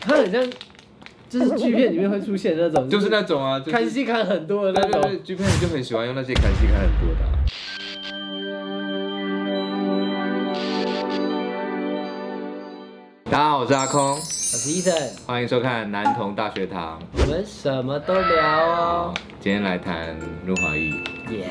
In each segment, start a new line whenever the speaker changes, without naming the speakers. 他很像，就是剧片里面会出现的那种，
就是那种啊，就是
看戏看很多的
对
那
对对，
种。
剧片就很喜欢用那些看戏看很多的啊、大家好，我是阿空，
我是医生，
欢迎收看男童大学堂。
我们什么都聊哦。
今天来谈润滑液。
耶、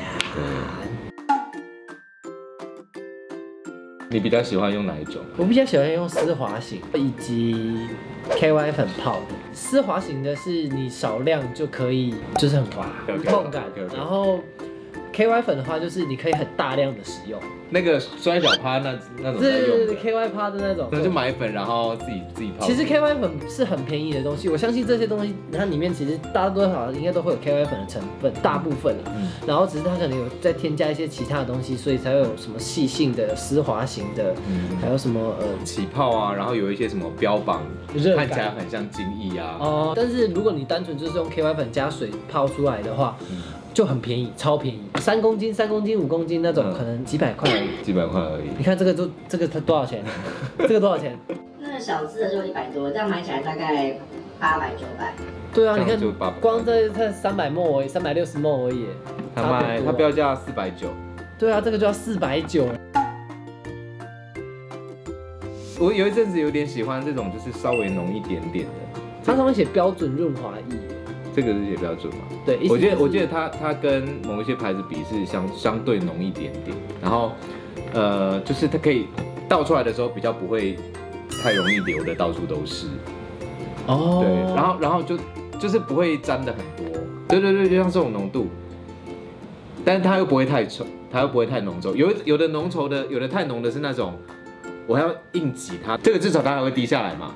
你比较喜欢用哪一种？
我比较喜欢用丝滑型以及 KY 粉泡的。丝滑型的是你少量就可以，就是很滑，
OK，OK，OK，OK
无痛感。然后 KY 粉的话，就是你可以很大量的使用，
那个摔跤趴那那种在用
是
的，
KY 趴的那种。
那就买粉，然后自己自己泡。
其实 KY 粉是很便宜的东西，我相信这些东西它里面其实大多少应该都会有 KY 粉的成分，大部分啊。
嗯
然后只是它可能有再添加一些其他的东西，所以才会有什么细性的、丝滑型的，
嗯
还有什么呃
起泡啊，然后有一些什么标榜，
热
看
感
起来很像精液啊。
哦，但是如果你单纯就是用 KY 粉加水泡出来的话，
嗯
就很便宜，超便宜，三公斤、三公斤、五公斤那种，
嗯
可能几百块而已。
几百块而已。
你看这个就这个它多少钱？这个多少 钱？
那个小只的就一百多，这样买起来大概八百九百。
对啊，
这
你
样
看
就800
光这它三百墨而已，三百六十墨而已。
他
差不
卖
多
他标价四百九。
对啊，这个就要四百九。
我有一阵子有点喜欢这种，就是稍微浓一点点的，
它上面写标准润滑液，
这个是也标准嘛。
对，意思
我记
就
得
是
我记得它它跟某一些牌子比是相相对浓一点点，然后呃，就是它可以倒出来的时候比较不会太容易流的到处都是，
哦，
对，然后然后就就是不会沾的很多，对对对，就像这种浓度，但是它又不会太稠，它又不会太浓稠，有一有的浓稠的，有的太浓的是那种我还要硬挤它，这个至少它还会滴下来嘛，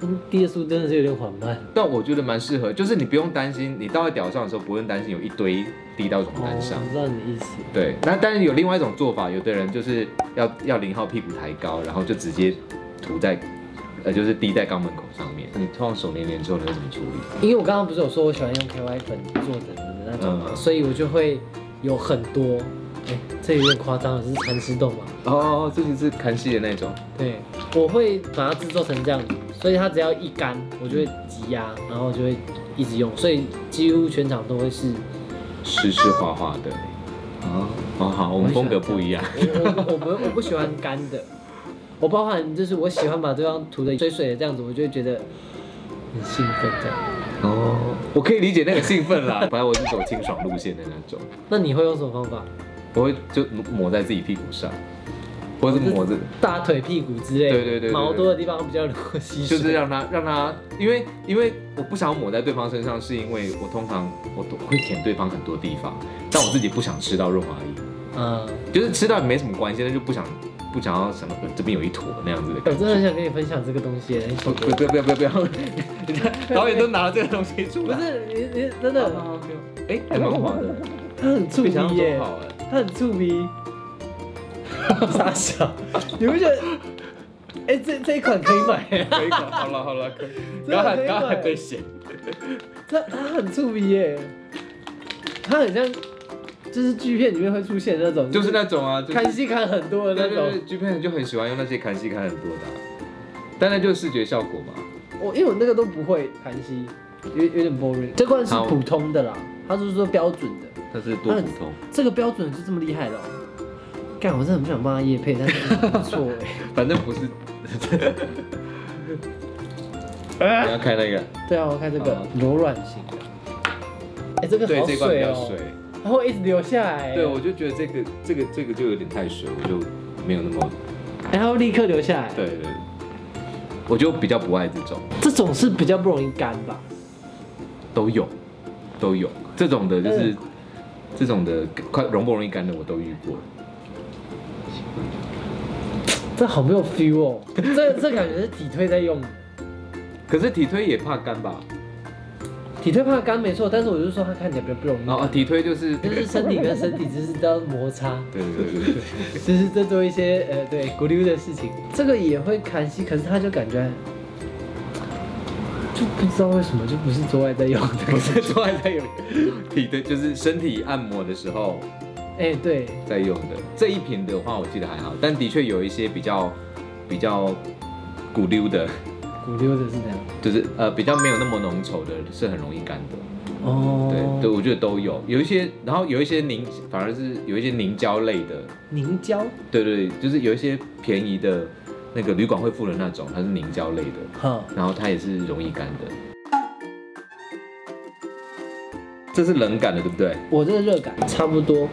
嗯滴的速度真的是有点缓慢。
但我觉得蛮适合，就是你不用担心，你倒在屌上的时候不用担心有一堆滴到床单上
哦。我知道你的意思。
对，那但是有另外一种做法，有的人就是要要零号屁股抬高，然后就直接涂在，呃，就是滴在肛门口上面。你通常手黏黏之后，你会怎么处理？
因为我刚刚不是有说我喜欢用 KY 粉做的那种嘛，
嗯
所以我就会有很多。哎，这有点夸张了，这是蚕丝豆嘛？
哦，这就是看戏的那种，
对，我会把它制作成这样子，所以它只要一干，我就会挤压，然后就会一直用，所以几乎全场都会是。
湿湿滑滑的。哦，哦好，我们风格不一样。
我我我不我不喜欢干的，我包含就是我喜欢把对方涂的水水的这样子，我就会觉得很兴奋这样。
哦， 我可以理解那个兴奋啦。本来我是走清爽路线的那种，
那你会用什么方法？
我会就抹在自己屁股上，或是抹着。
大腿、屁股之类的，
对对对对对
毛多的地方比较容易吸水。
就是让他让他，因为因为我不想抹在对方身上，是因为我通常我都会舔对方很多地方，但我自己不想吃到润滑液，
嗯，
就是吃到也没什么关系，但就不想不想要什么呃这边有一坨那样子
我
的感
真的很
觉。
想跟你分享这个东西。哎
不不不不要不要不要！人家 导演都拿了这个东西出
不
来，
是你你真的，
好，哎，还蛮滑的，
他很触
比
鼻
想象中
耶，
好哎。
他很触 鼻。傻笑，你不觉得？哎、这这一款可以买，
可以搞，好了好了，可以。
真的
刚
可
才
以
刚才
买
被嫌，
它它很触鼻耶，它很像就是剧片里面会出现的那种，
就是那种啊，就是
看戏看很多的
对
那
对
种
对，。剧片人就很喜欢用那些看戏看很多的啊，但那就是视觉效果嘛。
我因为我那个都不会看戏，有有点 boring。这罐是
好
普通的啦，它就是说标准的，
它是多
多
普
普
通，
这个标准就这么厉害了、哦。干，我真的很不想帮他夜配，但是不错哎。
反正不是。 你要开那个？
对啊，我看这个
好
柔软型的，哎，这个
对，
好
这罐比
水
较
哦，哎
水。
它会一直流下来。
对，我就觉得这个这个这个就有点太水，我就没有那么
哎，它会立刻流下来。
对对。我就比较不爱这种，
这种是比较不容易干吧？
都有，都有这种的，就是
嗯
这种的快容不容易干的我都遇过。
这好没有 feel 哦，这这感觉是体推在用的，
可是体推也怕干吧？
嗯体推怕干没错，但是我就说它看起来比较不容易
哦，哦
干。
体推就是
就是身体跟身体只是要摩擦，
对对 对 对，
就是在做一些呃对咕溜的事情。这个也会砍戏，可是他就感觉就不知道为什么就不是做爱在用的。
不是说还在有体推，就是身体按摩的时候
哎、对，
在用的。这一瓶的话，我记得还好，但的确有一些比较比较古溜的，
骨溜的是怎样？
就是呃比较没有那么浓稠的，是很容易干的。
哦，
对对，我觉得都有，有一些，然后有一些凝，反而是有一些凝胶类的，
凝胶，
对对，对就是有一些便宜的那个旅馆会附的那种，它是凝胶类的，
哈，
然后它也是容易干的。这是冷感的，对不对？
我这个热感差不多。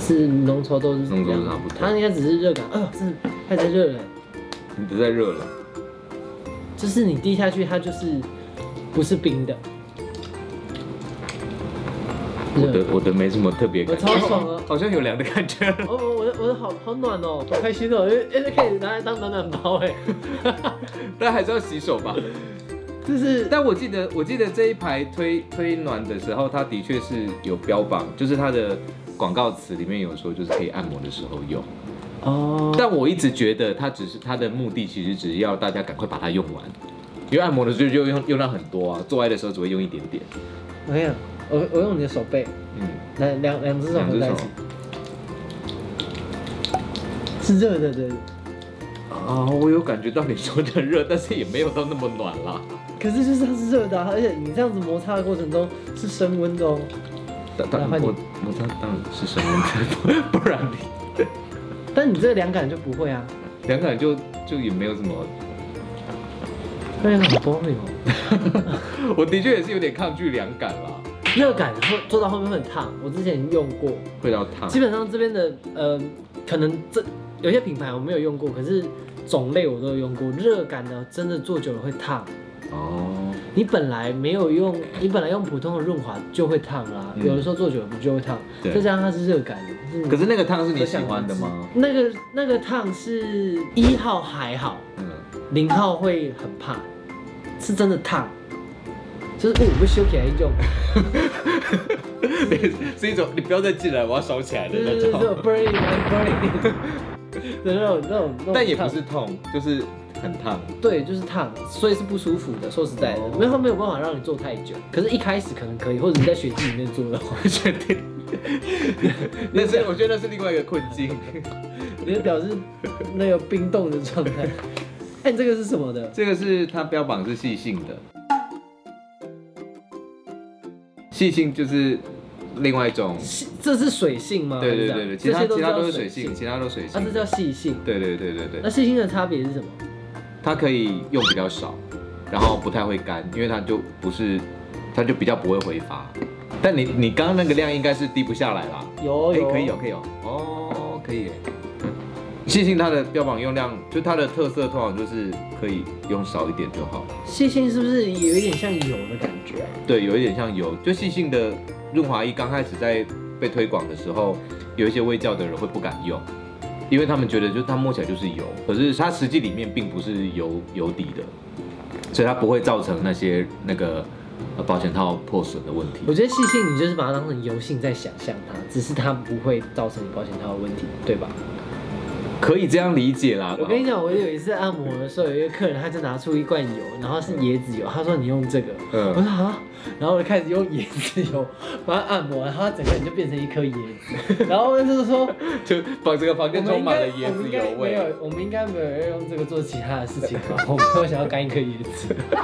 是浓稠都是这样
浓稠都差不多
它应该只是热感，哎呦，真的太热了，
你不再热了，
就是你滴下去它就是不是冰的，
我的
嗯
我的没什么特别感觉，
我超爽啊
好像有凉的感觉。
哦，我的我的好好暖哦，好开心哦，哎、这可以拿来当暖暖包 哎，
但还是要洗手吧。
就是
但我记得，我记得这一排推推暖的时候，它的确是有标榜，就是它的广告词里面有说，就是可以按摩的时候用。
哦，
但我一直觉得它只是它的目的，其实只是要大家赶快把它用完，因为按摩的时候就用用到很多啊，做爱的时候只会用一点点。
我跟你讲，我我用你的手背，
嗯，
两两两只手
两
合
只
在一
手
起，是热的对，
啊、我有感觉到你说的热，但是也没有到那么暖啦。
可是就是它是热的啊、而且你这样子摩擦的过程中是升温的哦，
当当
那换你
我我当当然是什么？ 不不然你
但你这个凉感就不会啊，
两感就就也没有什么。
那有很多那种
我的确也是有点抗拒凉感啦，
热感会做到后面会很烫，我之前用过，
会到烫。
基本上这边的呃，可能这有些品牌我没有用过，可是种类我都有用过。热感呢，真的做久了会烫。
哦，
你本来没有用，你本来用普通的润滑就会烫啦，
嗯
有的时候做久了不就会烫？
对
再加上它是热感，嗯
可
是
是那个烫是你喜欢的 吗？
那个那个烫是一号还好，
嗯，
零号会很怕，是真的烫，就是哦我不修起来 用，
是一种你不要再进来，我要烧起来的
就是
那
这种
种。
burning burning 的那种那种那种烫，
但也不是痛，就是很烫。
对，就是烫，所以是不舒服的。说实在的
哦，
没有它没有办法让你做太久。可是，一开始可能可以，或者你在雪地里面做的话，
确定。 那是我觉得那是另外一个困境。
你的表示那个冰冻的状态。哎，你这个是什么的？
这个是它标榜是细性的，细性就是另外一种。
是这是水性吗？
对对
还
对
是
对，
这
其
样
他
这
其
些
他
叫
都是
水
水性，其他都是水
啊，这
性。
叫细性。
对对对对
那
对，
细性的差别是什么？
它可以用比较少，然后不太会干，因为它就不是，它就比较不会挥发。但你你刚刚那个量应该是滴不下来啦。
有
哎、
有
可以有，可以有，哦，可以耶。细信它的标榜用量，就它的特色通常就是可以用少一点就好。
细性是不是有一点像油的感觉啊？
对，有一点像油，就细信的润滑液刚开始在被推广的时候，有一些微教的人会不敢用，因为他们觉得就是它摸起来就是油，可是它实际里面并不是油油底的，所以它不会造成那些那个呃保险套破损的问题。
我觉得细性你就是把它当成油性在想象它，只是它不会造成你保险套的问题，对吧？
可以这样理解啦。
我跟你讲，我有一次按摩的时候，有一个客人他就拿出一罐油，然后是椰子油，他说你用这个，我说
嗯，
啊，然后我就开始用椰子油把它按摩，然后它整个人就变成一颗椰 子，然后就是说，
哦就把整个房
我
间
们
充
应
满
该
了椰
我们
子
应该
油
没
味。
有，我们应该没有人用这个做其他的事情吧？我们都想要干一颗椰子。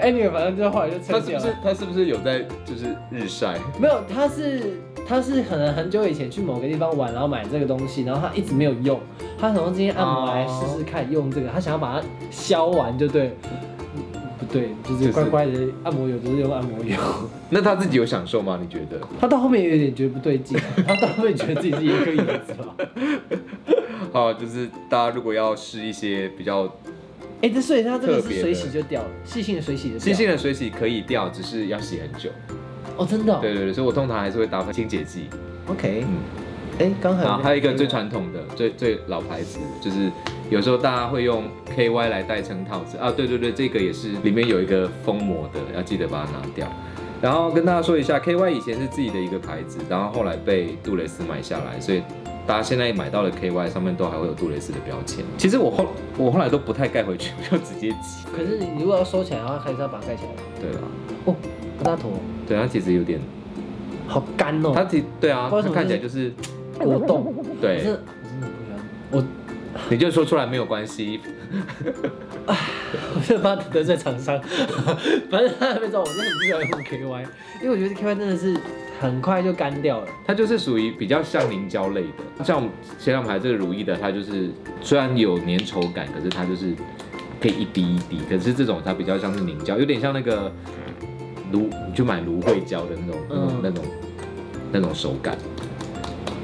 哎，你们反正就后来就
他
撤
是
掉
不是
了。
他是不是有在就是日晒？
没有，他是他是可能很久以前去某个地方玩，然后买这个东西，然后他一直没有用，他想说今天按摩来试试看用这个，他想要把它消完就对了。嗯不对，就是乖乖的按摩油，就是用按摩油。
那他自己有享受吗？你觉得？
他到后面有点觉得不对劲，他到后面觉得自己是一个椅子 吧。
啊，就是大家如果要试一些比较
哎、这所以他这个
特
是
别的
水洗就掉了，细性的水洗就掉了。
细性的水洗可以掉，只是要洗很久。
哦，真的、哦。
对对对，所以我通常还是会搭配清洁剂。
OK，
嗯，
哎、刚才
然后还有一个最传统的、最最老牌子的，就是有时候大家会用 KY 来代称套子啊。对对对，这个也是里面有一个封膜的，要记得把它拿掉。然后跟大家说一下，KY 以前是自己的一个牌子，然后后来被杜蕾斯买下来，所以大家现在买到的 KY 上面都还会有杜蕾斯的标签。其实我后我后来都不太盖回去，我就直接挤。
可是你如果要收起来的话，还是要把它盖起来吧。
对了，
哦，不大坨，
对，它其实有点，
好干哦。
它其对啊，
不知道为什
它
么
看起来就是
果冻，我
对
真，的我真的不喜欢。我
你就说出来没有关系，
我真的怕得罪厂商， 反正他还没找我，我真的很不喜欢用 KY，因为我觉得 KY 真的是很快就干掉了。
它就是属于比较像凝胶类的，像我们前两排这个如意的，它就是虽然有粘稠感，可是它就是可以一滴一滴，可是这种它比较像是凝胶，有点像那个芦，就买芦荟胶的那种、
嗯
那种那种手感。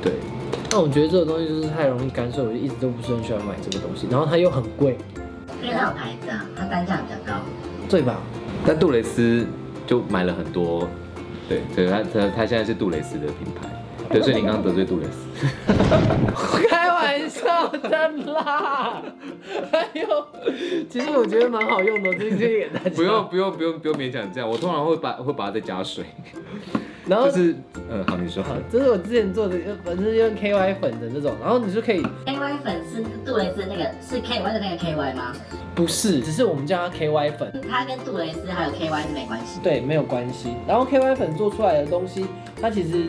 对，
但我觉得这个东西就是太容易干，所以我就一直都不是很喜欢买这个东西。然后它又很贵，
因为它有牌子啊，它单价比较高。
对吧？
但杜蕾斯就买了很多，对，对，它它它现在是杜蕾斯的品牌。对，所以你刚刚得罪杜蕾斯。
开玩笑的啦。哎呦，其实我觉得蛮好用的，最近也在
不用。不用不用不用勉强这样，我通常会把会把它再加水，
然后
就是嗯，好你说。
哦好，这是我之前做的，呃反正用 KY 粉的那种，然后你就可以
KY 粉是杜蕾斯的那个是 KY 的那个 KY 吗？
不是，只是我们叫它 KY 粉，
它跟杜蕾斯还有 KY 是没关系。
对，没有关系。然后 KY 粉做出来的东西，它其实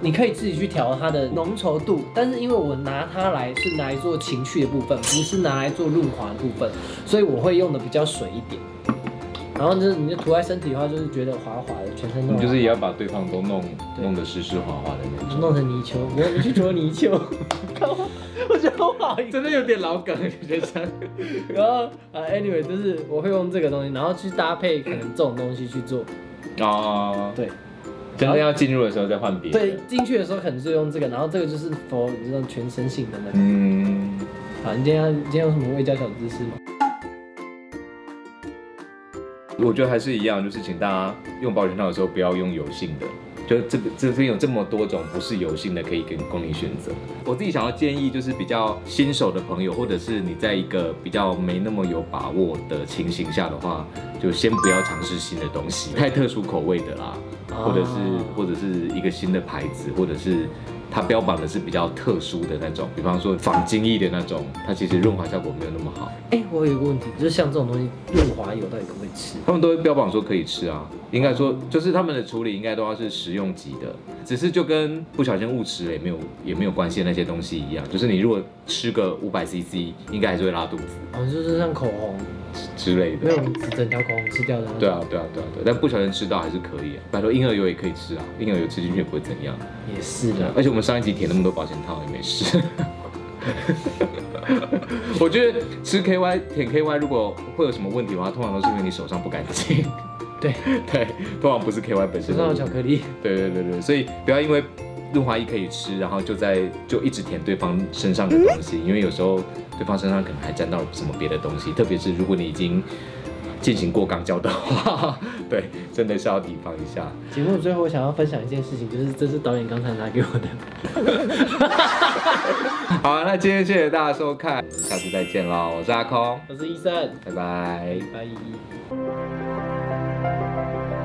你可以自己去调它的浓稠度，但是因为我拿它来是拿来做情趣的部分，不是拿来做润滑的部分，所以我会用的比较水一点。然后就是你就涂在身体的话，就是觉得滑滑的，全身都
你就是也
要
要把对方都弄
对
弄得湿湿滑滑的那种，
弄成泥鳅， 我你去啄泥鳅，靠我觉得我好
真的有点老梗，觉得。
然后啊，anyway，就是我会用这个东西，然后去搭配可能这种东西去做。
哦，
对
真的要进入的时候再换别的。
对，，进去的时候可能就用这个，然后这个就是 for 你知道全身性的那种。
嗯，
好，你今天要你今天有什么未教小知识吗？
我觉得还是一样，就是请大家用保险套的时候不要用油性的。就这个这边有这么多种不是油性的可以给供你选择。我自己想要建议就是比较新手的朋友，或者是你在一个比较没那么有把握的情形下的话，就先不要尝试新的东西，太特殊口味的啦。或者是
哦啊
或者是一个新的牌子，或者是它标榜的是比较特殊的那种，比方说仿精益的那种，它其实润滑效果没有那么好。
哎、我有一个问题，就是像这种东西，润滑油到底可不可以吃？
他们都会标榜说可以吃啊，应该说就是他们的处理应该都要是食用级的，只是就跟不小心误吃了也没有也没有关系的那些东西一样，就是你如果吃个五百 CC，应该还是会拉肚子
好像就是像口红，
之类
没
的
有。整条口红吃掉的。
对，啊，对啊，对啊，对啊，但不小心吃到还是可以啊。拜托，婴儿油也可以吃啊，婴儿油吃进去也不会怎样。
也是
对啊
的。
而且我们上一集填那么多保险套也没事。 我觉得吃 KY 舔 KY 如果会有什么问题的话，通常都是因为你手上不干净。
对
对，通常不是 KY 本身
身
的
上有
问题
巧。克力，
对对对对，所以不要因为润滑液可以吃，然后就在就一直舔对方身上的东西，因为有时候对方身上可能还沾到什么别的东西，特别是如果你已经进行过肛交的话， 对，真的是要提防一下。
节目最后我想要分享一件事情，就是这是导演刚才拿给我 的。
好，那今天谢谢大家收看，我们下次再见喽！我是阿空，
我是医生，
拜拜。
拜拜。